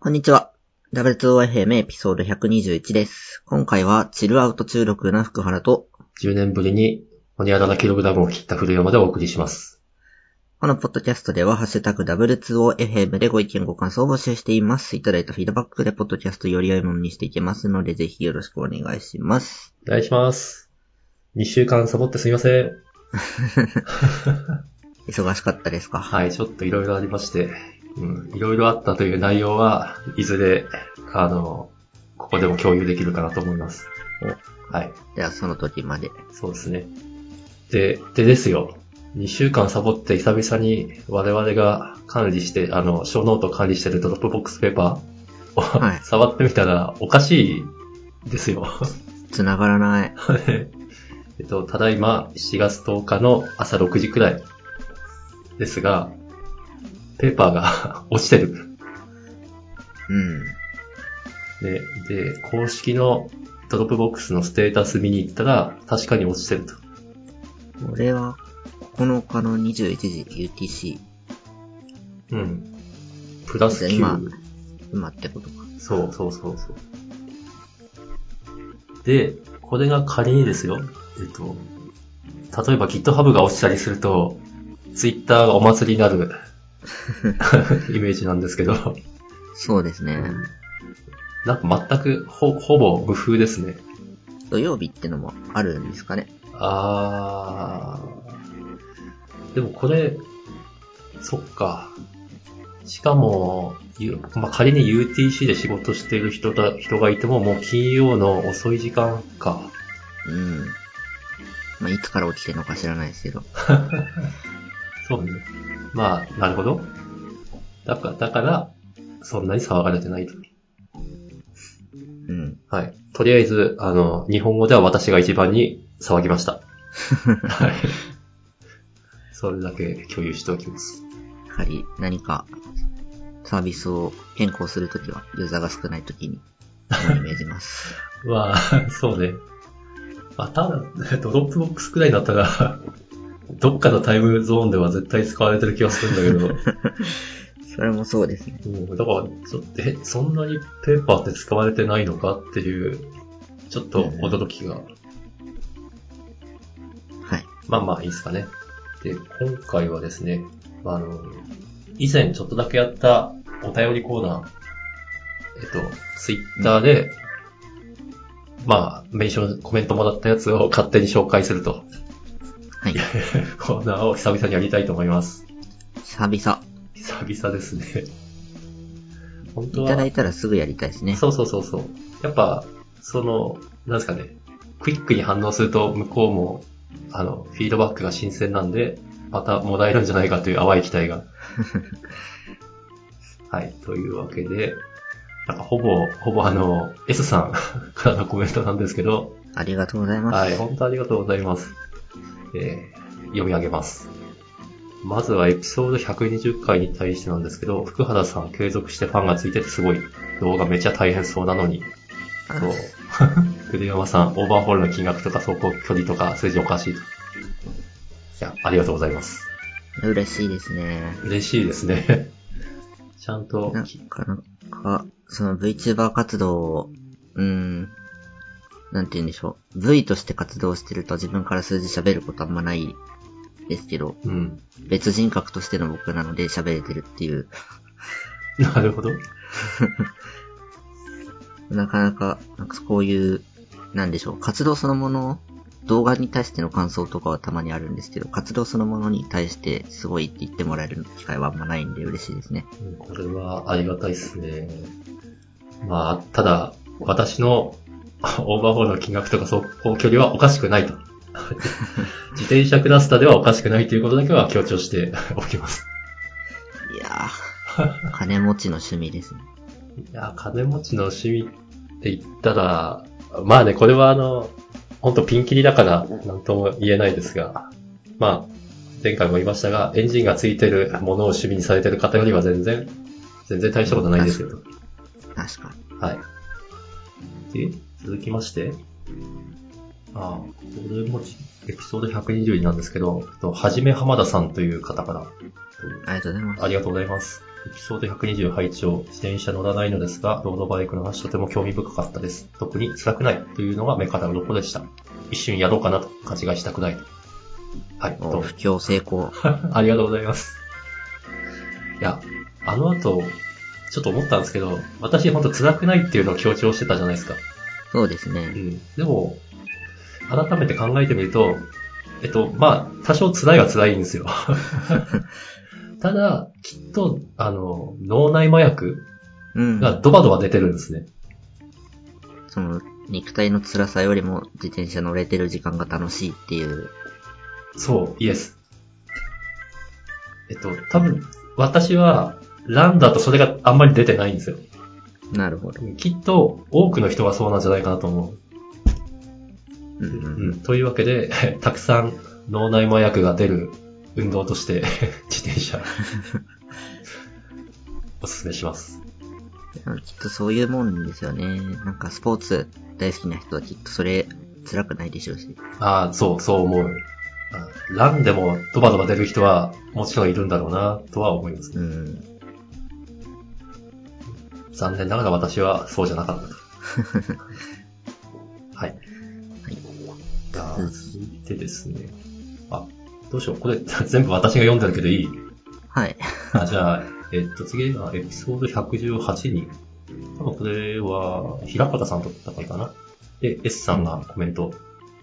こんにちは。W2OFM エピソード121です。今回は、チルアウト中毒な福原と、 10年ぶりに、ホニャララキログラムを切った古山でお送りします。このポッドキャストでは、ハッシュタグ W2OFM でご意見ご感想を募集しています。いただいたフィードバックで、ポッドキャストより良いものにしていきますので、ぜひよろしくお願いします。お願いします。2週間サボってすみません。忙しかったですかはい、ちょっといろいろありまして、うん、いろいろあったという内容は、いずれ、あの、ここでも共有できるかなと思います。はい、では、その時まで。そうですね。で、でですよ。2週間サボって久々に我々が管理して、あの、小ノート管理してるドロップボックスペーパーを、はい触ってみたらおかしいですよ。繋がらない。はい えっと、ただいま7月10日の朝6時くらいですが、ペーパーが 落ちてる。うん。で、で、公式のドロップボックスのステータス見に行ったら、確かに落ちてると。これは、9日の21時 UTC。うん。プラスじゃあ今9。今ってことか。そうそうそうそう。で、これが仮にですよ。えっと、例えば GitHub が落ちたりすると、Twitter がお祭りになるイメージなんですけど、そうですね。なんか全くほ、ほぼ無風ですね。土曜日ってのもあるんですかね。あー。でもこれ、そっか。しかも、ゆまあ、仮に UTC で仕事している人だ、人がいても、もう金曜の遅い時間か。うん。まあ、いつから起きてるのか知らないですけど。そうね。まあ、なるほど。だから、だから、そんなに騒がれてないと。うん。はい。とりあえず、あの、日本語では私が一番に騒ぎました。はい。それだけ共有しておきます。やはり何かサービスを変更するときは、ユーザーが少ないときに、このイメージます。まあ、そうね。まあ、ただ、ドロップボックスくらいだったら、どっかのタイムゾーンでは絶対使われてる気がするんだ け それもそうですね。ど、うんだからちょっと、え、そんなにペーパーって使われてないのかっていう、ちょっと驚きがはい。まあまあいいですかね。で、今回はですね、あの、以前ちょっとだけやったお便りコーナー、えっと、ツイッターで、まあ、メンション、コメントもらったやつを勝手に紹介すると、はい。コーナーを久々にやりたいと思います。久々。久々ですね。本当いただは、いたらすぐやりたいですね。そうそうそうそう。やっぱ、その、なんですかね、クイックに反応すると向こうも、あの、フィードバックが新鮮なんで、またもらえるんじゃないかという淡い期待が。はい、というわけで、なんかほぼ、ほぼあの、S さんからのコメントなんですけど、ありがとうございます。はい、本当ありがとうございます。えー読み上げます。まずはエピソード120回に対してなんですけど、福原さん継続してファンがついててすごい。動画めっちゃ大変そうなのに、あそう。 栗山さん、オーバーホールの金額とか走行距離とか数字おかしいと。いや、ありがとうございます。嬉しいですね。嬉しいですね。 ちゃんと、なかなか、その VTuber 活動を、うーん、なんて言うんでしょう。V として活動してると自分から数字喋ることあんまないですけど、うん。 別人格としての僕なので喋れてるっていう、なるほど。なかなか、なんかこういう、なんでしょう、活動そのもの、動画に対しての感想とかはたまにあるんですけど、活動そのものに対してすごいって言ってもらえる機会はあんまないんで嬉しいですね。うんこれはありがたいですね。まあ、ただ、私の オーバーホールの金額とか走行距離はおかしくないと。自転車クラスターではおかしくないということだけは強調して おきます。いやー、金持ちの趣味ですね。いや、金持ちの趣味って言ったら、まあね、これはあの、ほんとピンキリだから、なんとも言えないですが、まあ、前回も言いましたが、エンジンがついてるものを趣味にされてる方よりは全然、全然大したことないですよ。確かに。はい。で、続きまして、ああ、これもエピソード120なんですけど、えっとはじめ浜田さんという方から、ありがとうございます。ありがとうございます。基礎で120配置を自転車乗らないのですが、ロードバイクの話とても興味深かったです。特に辛くないというのが目から鱗でした。一瞬やろうかなと勘違いしたくない。はい、どうおも不況成功。ありがとうございます。いや、あの後、ちょっと思ったんですけど、私ほんと辛くないっていうのを強調してたじゃないですか。そうですうね。ん。でも、改めて考えてみると、えっと、まあ、多少辛いは辛いんですよ。ただ、きっと、あの、脳内麻薬うん。がドバドバ出てるんですね。その、肉体の辛さよりも自転車乗れてる時間が楽しいっていう。そう、イエス。えっと、多分、私は、ランだとそれがあんまり出てないんですよ。なるほど。きっと多くの人がそうなんじゃないかなと思う。うんうんうん。というわけで、 たくさん脳内麻薬が出る運動として 自転車おすすめします。きっとそういうもんですよね。なんかスポーツ大好きな人はきっとそれ辛くないでしょうし。ああ、そう、そう思う。あランでもドバドバ出る人はもちろんいるんだろうなとは思いますね。うん。残念ながら私はそうじゃなかったと。ははい。いじゃあ、続いてですね。あ、どうしよう。これ全部私が読んでるけどいいはい。あ、じゃあ、えっと、次がエピソード118に、多分これは、平方さんとった方かな。で、S さんがコメント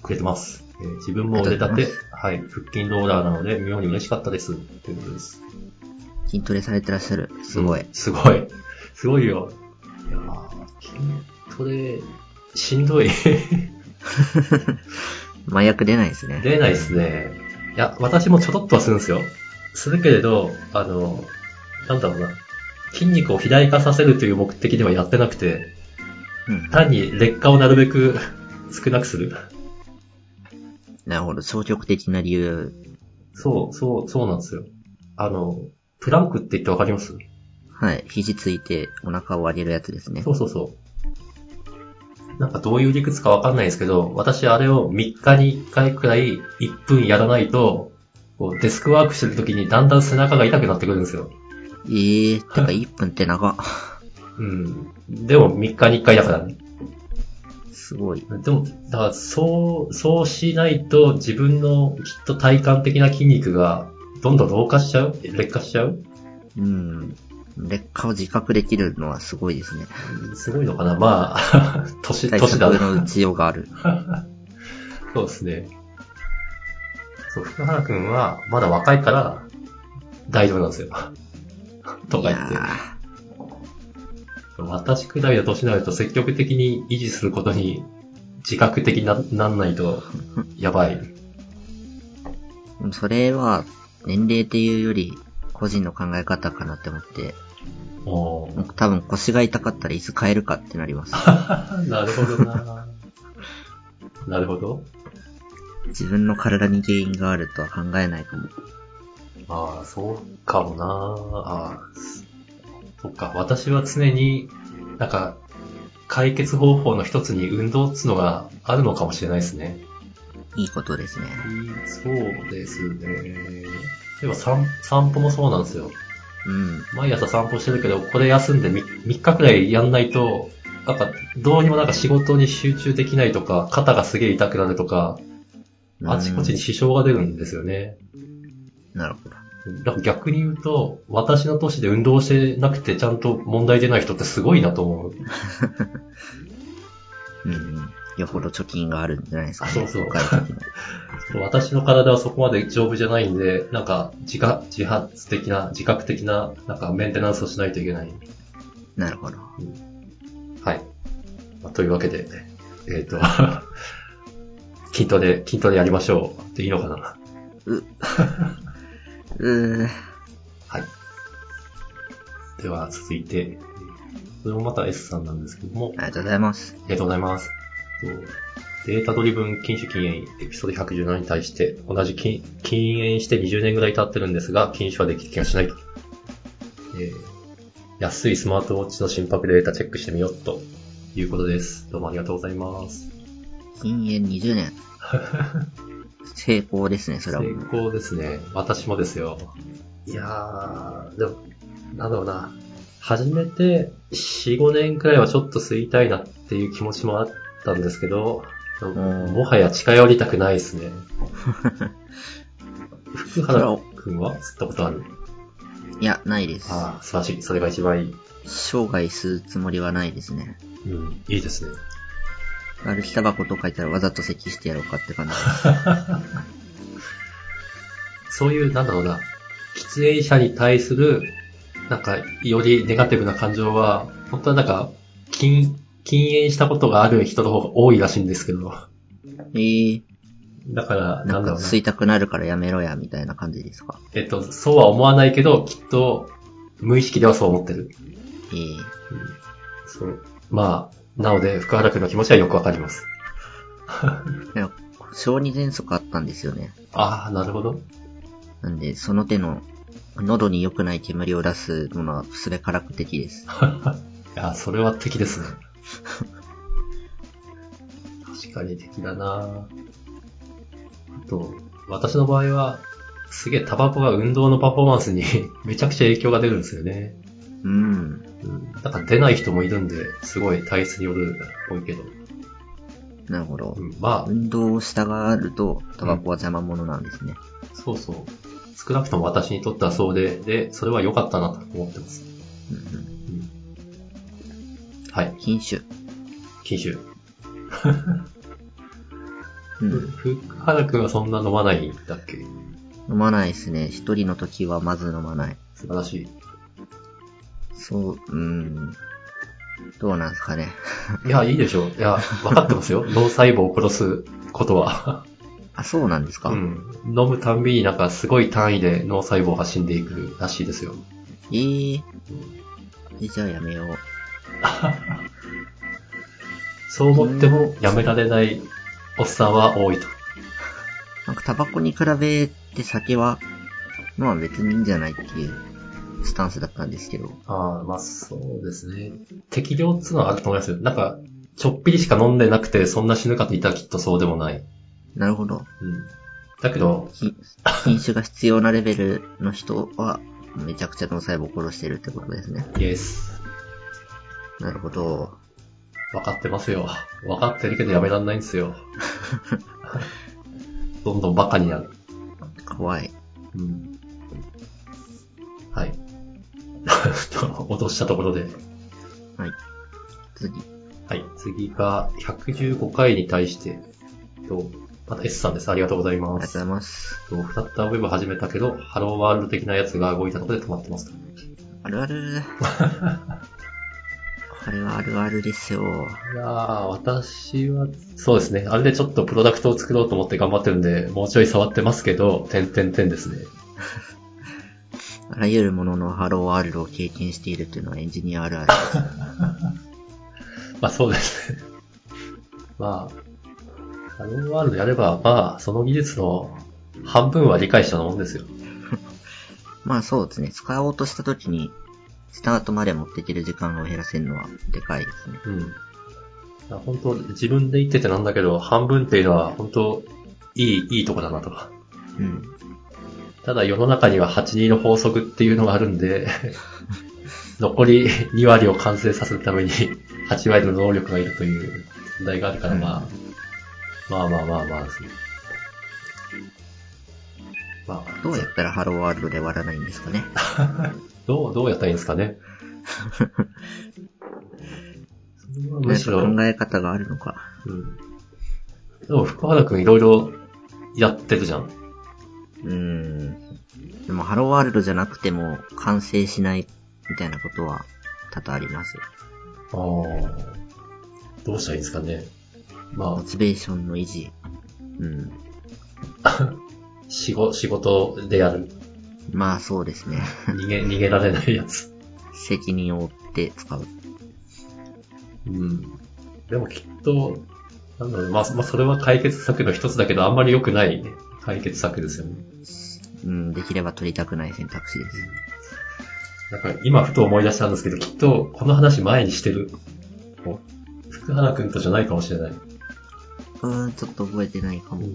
くれてます。えー自分もあ腕立りてがと、はい、腹筋ローラーなので、妙に嬉しかったです。ということです。筋トレされてらっしゃる。すごいうん。すごい。すごいよ。いやー筋トレ、しん どい。麻薬出ないですね。出ないですね。いや、私もちょろっとはするんですよ。するけれど、あの、なんだろうな。筋肉を肥大化させるという目的ではやってなくて、うん。単に劣化をなるべく 少なくする。なるほど。消極的な理由。そう、そう、そうなんですよ。あの、プランクって言ってわかりますはい。肘ついてお腹を上げるやつですねそ。うそうそう。なんかどういう理屈かわかんないですけど、私あれを3日に1回くらい1分やらないと、こうデスクワークしてる時にだんだん背中が痛くなってくるんですよ。ええー、てか1分って長。うん。でも3日に1回だからね。すごい。でも、だからそう、そうしないと自分のきっと体感的な筋肉がどんどん老化しちゃう劣化しちゃううん。劣化を自覚できるのはすごいですね。すごいのかなまあ、 年、対年策だな。の打ちようがある。そうですね。そう、福原くんはまだ若いから大丈夫なんですよ。 とか言っいやて。私くらいの年になると積極的に維持することに自覚的にななんないとやばい。ーでもそれは、年齢っていうより、個人の考え方かなって思って、おー僕多分腰が痛かったら椅子変えるかってなります。 なるほどな。なるほど。自分の体に原因があるとは考えないかも。ああ、そうかもな。ああ、すそっか。私は常に、なんか、解決方法の一つに運動っつのがあるのかもしれないですね。いいことですね。そうですね。でも散散歩もそうなんですよ。うん。毎朝散歩してるけど、これ休んで 3, 日くらいやんないと、なんか、どうにもなんか仕事に集中できないとか、肩がすげえ痛くなるとか、あちこちに支障が出るんですよね。うん。なるほど。だから逆に言うと、私の年で運動してなくてちゃんと問題出ない人ってすごいなと思う。うんうん。よほど貯金があるんじゃないですかね。そうそう若い時の私の体はそこまで丈夫じゃないんで、なんか自家、自発的な、自覚的な、なんかメンテナンスをしないといけない。なるほど。はい。まあというわけで、えっ、と、 筋トレ、筋トレやりましょう。でいいのかなうーはい。では、続いて、これもまた S さんなんですけども、ありがとうございます。ありがとうございます。とデータドリブン禁酒禁煙エピソード117に対して、同じ禁禁煙して20年ぐらい経ってるんですが、禁酒はできる気がしないと。えー安いスマートウォッチの心拍データチェックしてみようということです。どうもありがとうございます。禁煙20年。 成功ですね、それは成もう。功ですね。私もですよ。いやー、でも、なんだろうな、始めて4、5年くらいはちょっと吸いたいなっていう気持ちもあったんですけど、んもはや近寄りたくないです ね。福原そくんは吸ったことあるいや、ないです。ああ、素晴らしい。それが一番いい。生涯吸うつもりはないですね。うん、いいですね。歩きタバコと書いたらわざと咳してやろうかって 感じでそういう、なんだろうな、喫煙者に対する、なんか、よりネガティブな感情は、本当はなんか、禁、禁煙したことがある人の方が多いらしいんですけど、す。ええだかなら、なんんかだろうな吸、いたくなるからやめろや、みたいな感じですか。えっと、そうは思わないけど、きっと、無意識ではそう思ってる。ええそう。まあ、なので、福原くんの気持ちはよくわかります。いや、小児喘息あったんですよね。ああ、なるほど。なんで、その手の、喉に良くない煙を出すものはすべからく敵です。あそれは敵ですね。確かに敵だなあと、私の場合は、すげえタバコが運動のパフォーマンスに めちゃくちゃ影響が出るんですよね。うん。うん。だから出ない人もいるんで、すごい体質によるっぽいけど。なるほどう。ん、ま運動をしたがると、タバコは邪魔者なんですね。あ、そうそう。少なくとも私にとってはそうで、で、それは良かったなと思ってます。うんうん、うん。はい、禁酒。禁酒。うん。福原くんはそんな飲まないんだっけ飲まないですね。一人の時はまず飲まない。素晴らしい。そう、うん。どうなんですかね。いや、いいでしょう。いや、分かってます よ。脳細胞を殺すことは。あ、そうなんですか、うん。 飲むたんびになんかすごい単位で脳細胞が死んでいくらしいですよ。えー、え。じゃあやめよう。そう思ってもやめられないおっさんは多いと。なんかタバコに比べて酒は、まあ別にいいんじゃないっていうスタンスだったんですけど。ああ、まあそうですね。適量っつうのはあると思いますよ。なんか、ちょっぴりしか飲んでなくてそんな死ぬかと言ったらきっとそうでもない。なるほど。うん。だけど、き禁酒が必要なレベルの人は、めちゃくちゃ脳細胞を殺してるってことですね。イエス。なるほど。分かってますよ。分かってるけどやめられないんです よ。どんどんバカになる。怖い。うんはい。 と落としたところで。はい。次。はい。次が、115回に対して、と、また S さんです。ありがとうございありまがとうごす。ざいます。と、フラッターウェブ始めたけど、ハローワールド的なやつが動いたところで止まってます。あるある。これはあるあるですよ。いやー、私は、そうですね。あれでちょっとプロダクトを作ろうと思って頑張ってるんで、もうちょい触ってますけど、点点点ですね。あらゆるもののハローワールドを経験しているというのはエンジニアあるあるです。まあそうですね。まあ、ハローワールドやれば、まあ、その技術の半分は理解したもんですよ。まあそうですね。使おうとした時に、スタートまで持っていける時間を減らせるのはでかいですね。うん。あ本当、自分で言っててなんだけど、半分っていうのは本当、いい、いいとこだなとか。うん。ただ世の中には82の法則っていうのがあるんで、 残り2割を完成させるために8割の能力がいるという問題があるから、まあ、まあまあまあまあですね。まあ、どうやったらハローワールドで終わらないんですかね。どう、どうやったらいいんですか ね。それはむ何しかろ、うん。考え方があるのか。でも福原くんいろいろやってるじゃん。うーん。でもハローワールドじゃなくても完成しないみたいなことは多々あります。ああ。どうしたらいいんですかね。モまチベーションの維持。うん。あ、仕事、仕事でやる。まあそうですね。 逃 げ、逃げられないやつ。責任を負って使う。うん。でもきっと、なんだろう、まあ、まあ、それは解決策の一つだけど、あんまり良くない解決策ですよね。うん、できれば取りたくない選択肢です。なんか今ふと思い出したんですけど、きっとこの話前にしてる。お福原くんとじゃないかもしれない。うーん、ちょっと覚えてないかも。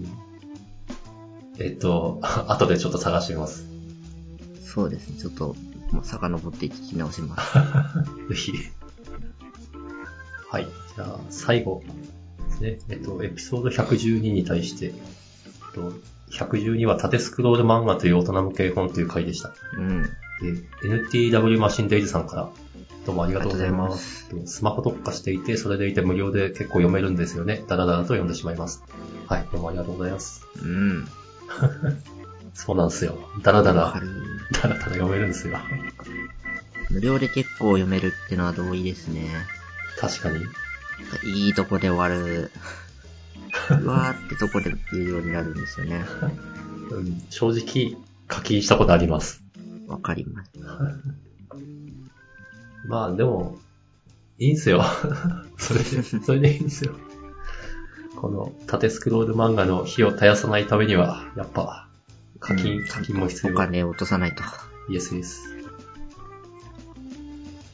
えっと、後でちょっと探してみます。そうですね、ちょっともう遡って聞き直します。ぜひ。はい。じゃあ、最後ですね。えっと、エピソード112に対して、えっと、112は縦スクロール漫画という大人向け絵本という回でした。うん。で、NTW マシンデイズさんから、どうもありがとうございます。スマホ特化していて、それでいて無料で結構読めるんですよね。ダラダラと読んでしまいます。はい、どうもありがとうございます。うん。そうなんですよ。ダラダわかラ、るダラダラ読めるんですよ。 無料で結構読めるってのは同意ですね。確かに。いいとこで終わ る。うわーってとこで言うようになるんですよね。うん、正直、課金したことあります。わかります。まあ、でも、いいんすよ。 それ で、それでいいんすよ。この、縦スクロール漫画の火を絶やさないためには、やっぱ、課う金、ん課金も必お要。金を落とさないと。イエスイエス。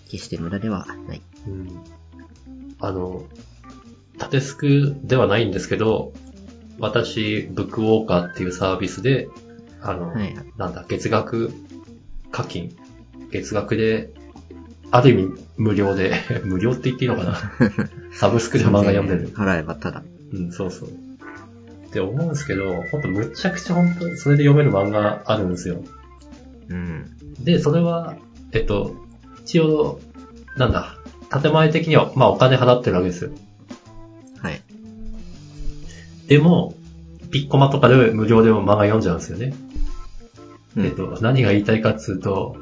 決して無駄ではない。うんあの、縦スクではないんですけど、私、ブックウォーカーっていうサービスで、あの、はい。なんだ、月額課金。月額で、ある意味無料で、 無料って言っていいのか なサブスクで漫画読んでる。払えばただ。うん、そうそう。って思うんですけど、ほんとむちゃくちゃ本当それで読める漫画あるんですよ。うん。で、それは、えっと、一応、なんだ、建前的には、まあお金払ってるわけですよ。はい。でも、ピッコマとかで無料でも漫画読んじゃうんですよね。うんえっと、何が言いたいかっつうと、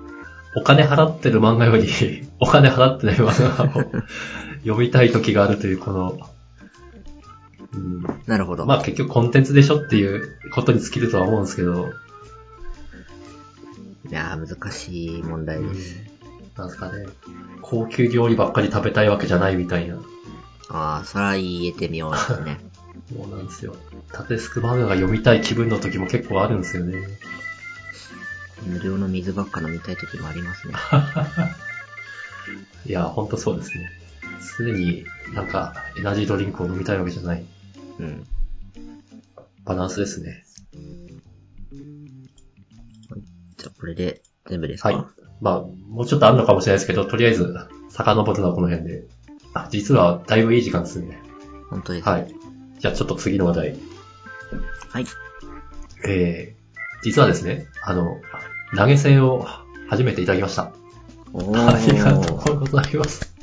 お金払ってる漫画より、 お金払ってない漫画を 読みたい時があるという、この、うん、なるほど。まあ結局コンテンツでしょっていうことに尽きるとは思うんですけど、いやー、難しい問題です。なんすかね、高級料理ばっかり食べたいわけじゃないみたいな。ああ、そら言えてみようですね。 そうなんですよ。縦スク漫画が読みたい気分の時も結構あるんですよね。無料の水ばっか飲みたい時もあり ますね。いや、ほんとそうですね。すでになんかエナジードリンクを飲みたいわけじゃない。うん。バランスですね。じゃあ、これで全部ですかはい。まあ、もうちょっとあるのかもしれないですけど、とりあえず、遡るのはこの辺で。あ、実はだいぶいい時間ですね。本当です。。はいい。じゃあちょっと次の話題。はい。えー、実はですね、あの、投げ銭を初めていただきました。おありがとー。うございます。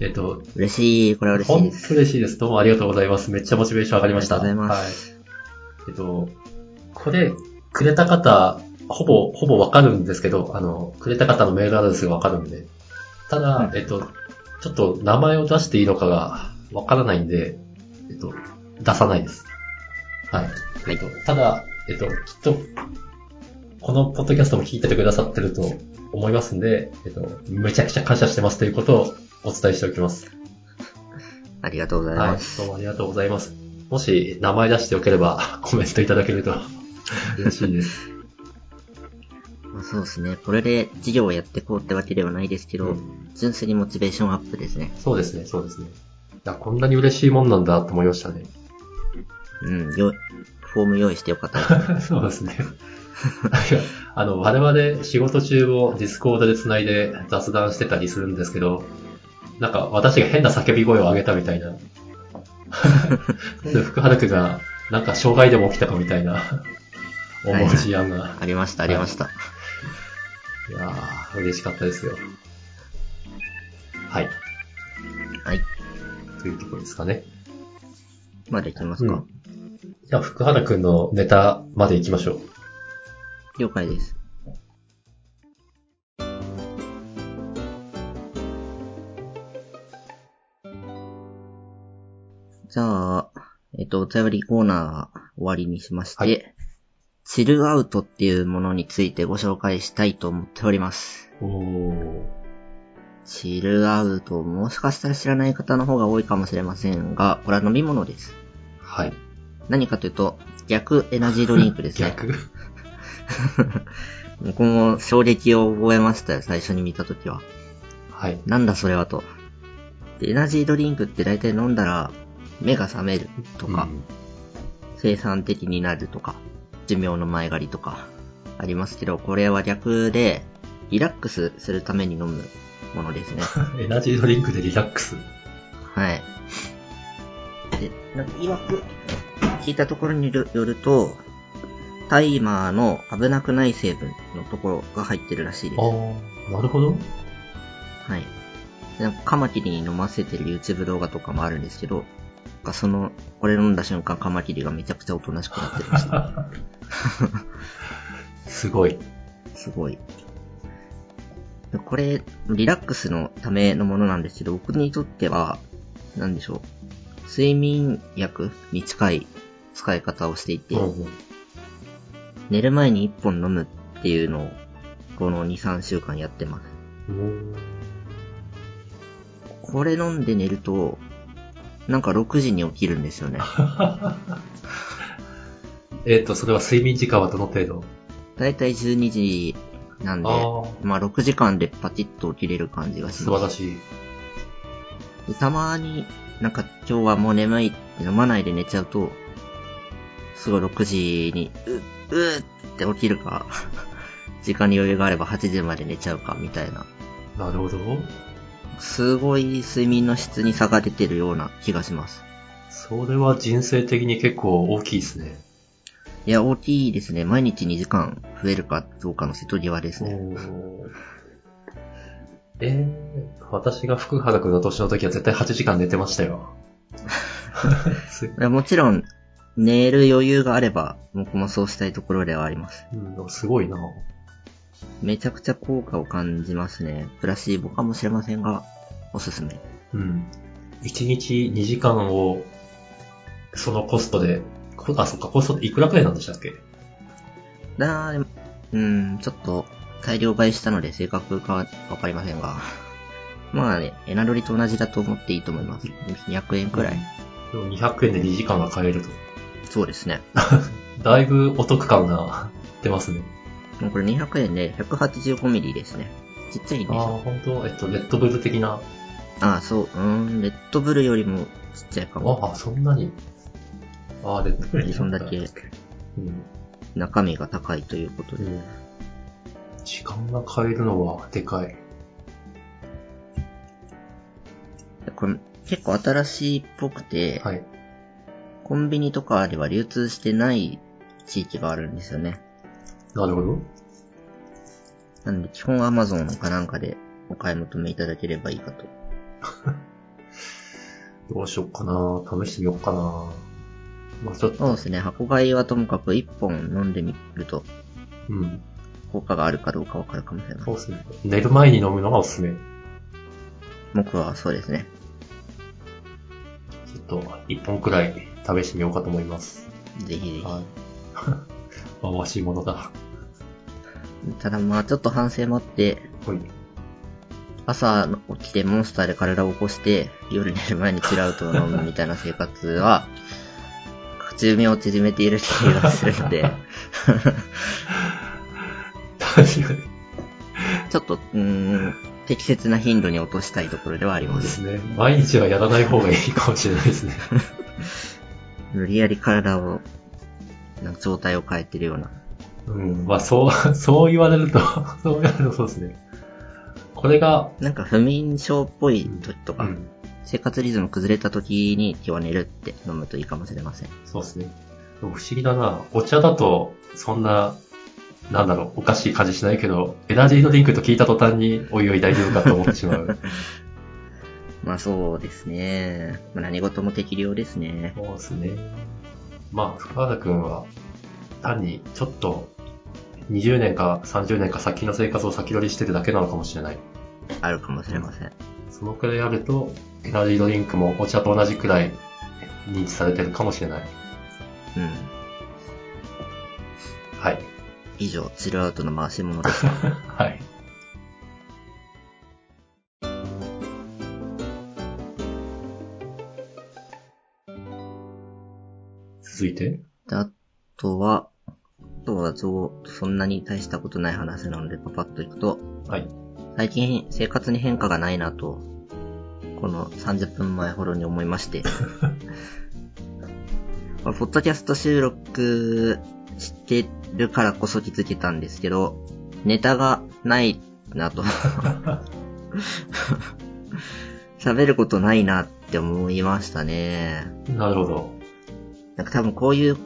えっと、嬉しい。これは嬉しい本で当す。嬉しいです。どうもありがとうございます。めっちゃモチベーション上がりました。ありがとうございますはい。えっと、これ、くれた方、ほぼ、ほぼわかるんですけど、あの、くれた方のメールアドレスがわかるんで。ただ、はいえっと、ちょっと名前を出していいのかがわからないんで、えっと、出さないです。はい。えっと、ただ、えっと、きっと、このポッドキャストも聞いててくださってると思いますんで、えっと、めちゃくちゃ感謝してますということをお伝えしておきます。ありがとうございはまいす。、どうもありがとうございます。もし名前出してよければ コメントいただけると嬉しい です。まあそうですね。これで授業をやってこうってわけではないですけど、純粋にモチベーションアップですね。そうですね、そうですね。いや、こんなに嬉しいもんなんだと思いましたね。うん、よ、フォーム用意してよかった ですね。 そうですね。いやあの、我々仕事中もディスコードで繋いで雑談してたりするんですけど、なんか私が変な叫び声を上げたみたい な。で福原くんが、なんか障害でも起きたかみたいな、思う事案が。ありました、ありました。いやー、嬉しかったですよ。はい。はい。というところですかね。まあできますか、うんじゃあ、福原くんのネタまで行きましょう。了解です。じゃあ、えっと、お便りコーナー終わりにしまして、はいチルアウトっていうものについてご紹介したいと思っております。おー。チルアウト、もしかしたら知らない方の方が多いかもしれませんが、これは飲み物です。はい。何かというと、逆エナジードリンクです ね。逆 僕も衝撃を覚えましたよ、最初に見たときは。はい。なんだそれはと。でエナジードリンクって大体飲んだら、目が覚めるとか、うん生産的になるとか、寿命の前借りとか、ありますけど、これは逆で、リラックスするために飲むもの ですね。エナジードリンクでリラックス。はい。で、なんか、曰く、聞いたところによるよると、タイマーの危なくない成分のところが入ってるらしいです。あはあ、なるほど。い。でなんか、カマキリに飲ませてる YouTube 動画とかもあるんですけど、なんかその、これ飲んだ瞬間カマキリがめちゃくちゃおとなしくなっ てるらしい。すごい。すごい。これ、リラックスのためのものなんですけど、僕にとっては、なんでしょう。睡眠薬に近い使い方をしていて、うんうん寝る前に1本飲むっていうのを、この2、3週間やってます。うんこれ飲んで寝ると、なんか6時に起きるんですよね。えっ、と、それは睡眠時間はどの程度だいたい12時なんで、ああ、まあ6時間でパチッと起きれる感じがし素ま晴すら。しい。でたまに、なんか今日はもう眠いって飲まないで寝ちゃうと、すごい6時に、う、うーって起きるか、 時間に余裕があれば8時まで寝ちゃうかみたいな、なるほど。すごい睡眠の質に差が出てるような気がします。それは人生的に結構大きいですね。いや、大きいですね。毎日2時間増えるかどうかの瀬戸際ですね。えー私が福原君の年の時は絶対8時間寝てましたよ。すいやもちろん、寝る余裕があれば、僕もそうしたいところではあります。うん、すごいな。めちゃくちゃ効果を感じますね。プラシーボかもしれませんが、おすすめ。うん。1日2時間を、そのコストで、こあ、そっか、コストっていくらくらいなんでしたっけだーうん、ちょっと大量買いしたので正確かはわかりませんが。まあね、エナドリと同じだと思っていいと思います。200円くらい。でも200円で2時間が買えると。そうですね。だいぶお得感が 出ますね。もうこれ200円で185ミリですね。ちっちゃいんであすあ、よ。本当えっと、レッドブル的な。ああ、そう、うーん、レッドブルよりもちっちゃいかも。ああ、そんなに。ああ、レッドブルそんだけうん。中身が高いということで。うん。時間が変えるのはでかい。これ結構新しいっぽくて、はい。コンビニとかでは流通してない地域があるんですよね。なるほど。なので基本 Amazon かなんかでお買い求めいただければいいかと。どうしよっかな。試してみようかな。まあちょっと、そうですね、箱買いはともかく1本飲んでみるとうん。効果があるかどうかわかるかもしれないそう。ですね。寝る前に飲むのがおすすめ。僕はそうですね。ちょっと、一本くらい試してみようかと思います。ぜひぜはい。 回し物だ。ひ。ただまあちょっと反省もあって、はい。朝起きてモンスターで体を起こして、夜寝る前にチラウトを飲むみたいな生活は、寿命を縮めている気がするので、確かに。ちょっと、うーん、適切な頻度に落としたいところではありそうま。ですすね。毎日はやらない方がいいかもしれないですね。無理やり体を、なんか状態を変えてるような。うん。まあ、そう、そう言われると、 そう言われるとそうですね。これが、なんか不眠症っぽい時とうか、ん。生活リズム崩れた時に今日は寝るって飲むといいかもしれません。そうですね。でも不思議だな。お茶だと、そんな、なんだろう、おかしい感じしないけど、エナジードリンクと聞いた途端に、おいおい大丈夫かと思ってしまう。まあそうですね。まあ、何事も適量ですね。そうですね。まあ、福原くんは、単にちょっと、20年か30年か先の生活を先取りしてるだけなのかもしれない。あるかもしれません。そのくらいあると、エナジードリンクもお茶と同じくらい認知されてるかもしれない。うん。はい。以上、チルアウトの回し物で した。はい。続いてであとは、あとはそうそんなに大したことない話なのでパパッといくと、はい。最近生活に変化がないなと、この30分前ほどに思いまして。まあポッドキャスト収録してるからこそ気づけたんですけど、ネタがないなと。喋ることないなって思いましたね。なるほど。なんか多分こういう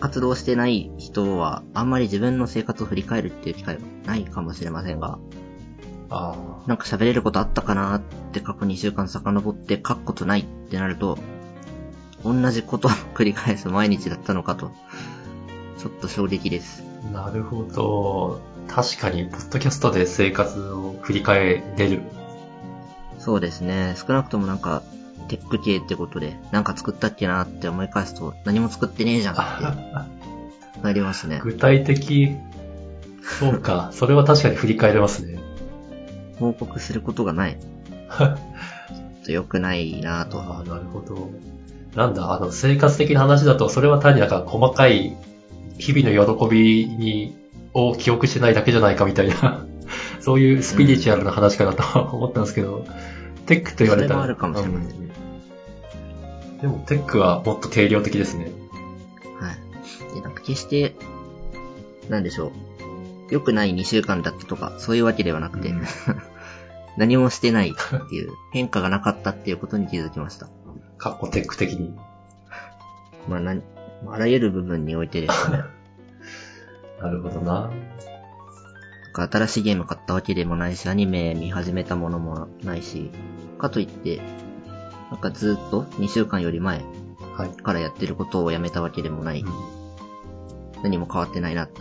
活動してない人は、あんまり自分の生活を振り返るっていう機会はないかもしれませんが、ああ。なんか喋れることあったかなって過去2週間遡って書くことないってなると、同じことを繰り返す毎日だったのかと、ちょっと衝撃です。なるほど。確かに、ポッドキャストで生活を振り返れる。そうですね。少なくともなんか、テック系ってことで、なんか作ったっけなって思い返すと、何も作ってねえじゃんって、なりますね。具体的。そうか。それは確かに振り返れますね。 報告することがない。ちょっと良くないなと。ああ、なるほど。なんだ、あの、生活的な話だと、それは単になんか細かい日々の喜びに、を記憶してないだけじゃないかみたいな、 そういうスピリチュアルな話かなと 思ったんですけど、テックと言われそれたら。もあるかもしれないうんでも、テックはもっと定量的ですね。はい。で、なんか決して、なんでしょう。良くない2週間だったとか、そういうわけではなくて、うん何もしてないっていう、変化がなかったっていうことに気づきました。かっこテック的に。 まあ、なあらゆる部分においてですね。なるほどな。なんか新しいゲーム買ったわけでもないし、アニメ見始めたものもないし、かといって、なんかずっと2週間より前はい。からやってることをやめたわけでもない。何も変わってないなって。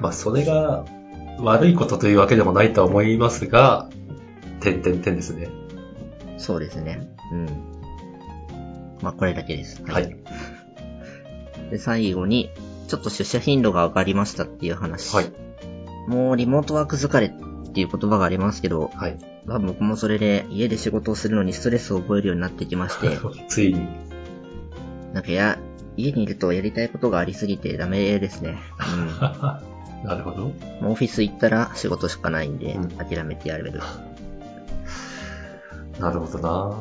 まあ、それが悪いことというわけでもないとは思いますが、点々点ですね。そうですね。うん。まあ、これだけです。はい。で、最後に、ちょっと出社頻度が上がりましたっていう話。はい。もうリモートワーク疲れっていう言葉がありますけど、はい。まあ僕もそれで家で仕事をするのにストレスを覚えるようになってきま して、ついに。なんかや、家にいるとやりたいことがありすぎてダメです ね。なるほど。うん。もうオフィス行ったら仕事しかないんでうん、諦めてやれる。なるほどな。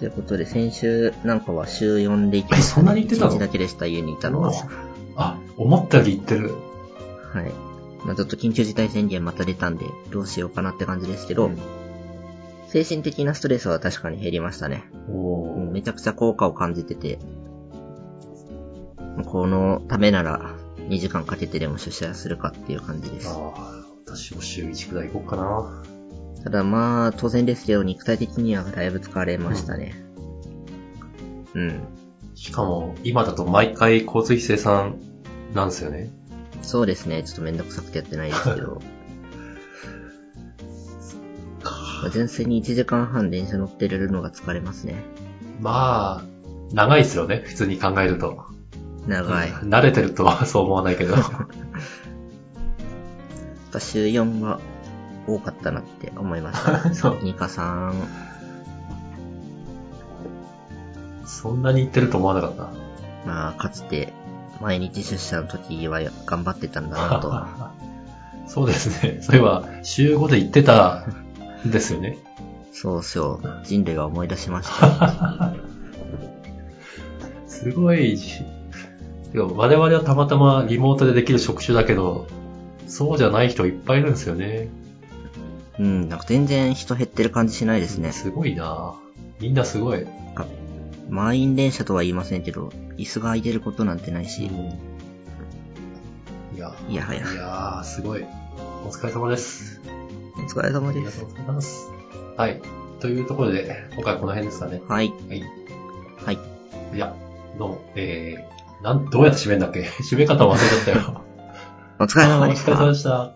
ということで、先週なんかは週4で行きました、えそんなに行ってたの一日だけでした、家にいたのは。はあ、思ったより言ってる。い。まあちょっと緊急事態宣言また出たんで、どうしようかなって感じですけど、精神的なストレスは確かに減りましたね。おうんーめちゃくちゃ効果を感じてて、このためなら2時間かけてでも出社するかっていう感じです。あー私も週1くらい行こうかな。ただまあ、当然ですけど、肉体的にはだいぶ疲れましたね。うん。しかも、今だと毎回交通費生産なんですよね。そうですね。ちょっとめんどくさくてやってない ですけど。まあ純粋に1時間半電車乗ってれるのが疲れますね。まあ、長いですよね、普通に考えると。長い。やっ 慣れてるとはそう思わないけど。 ぱ週4は多かったなって思いま した。そうニカさん。そんなに行ってると思わなかった。まあ、かつて、毎日出社の時は頑張ってたんだなと。 そうですね。それは、週5で行ってたんですよね。そうそう。人類は思い出しました。すごいし、でも我々はたまたまリモートでできる職種だけど、そうじゃない人いっぱいいるんですよね。うん、なんか全然人減ってる感じしないですね。すごいなみんなすごい。なんか満員電車とは言いませんけど、椅子が空いてることなんてないし、いや、いやはやい。やー、すごい。お疲れ様です。お疲れ様ありでがとすう。ございます。はい。というところで、今回はこの辺ですかね。はい、はい。はい。いや、どうも、 えー、なん、どうやって締めんだっけ締め方忘れちゃったよ。お疲れ様でしお疲れ様たで。した。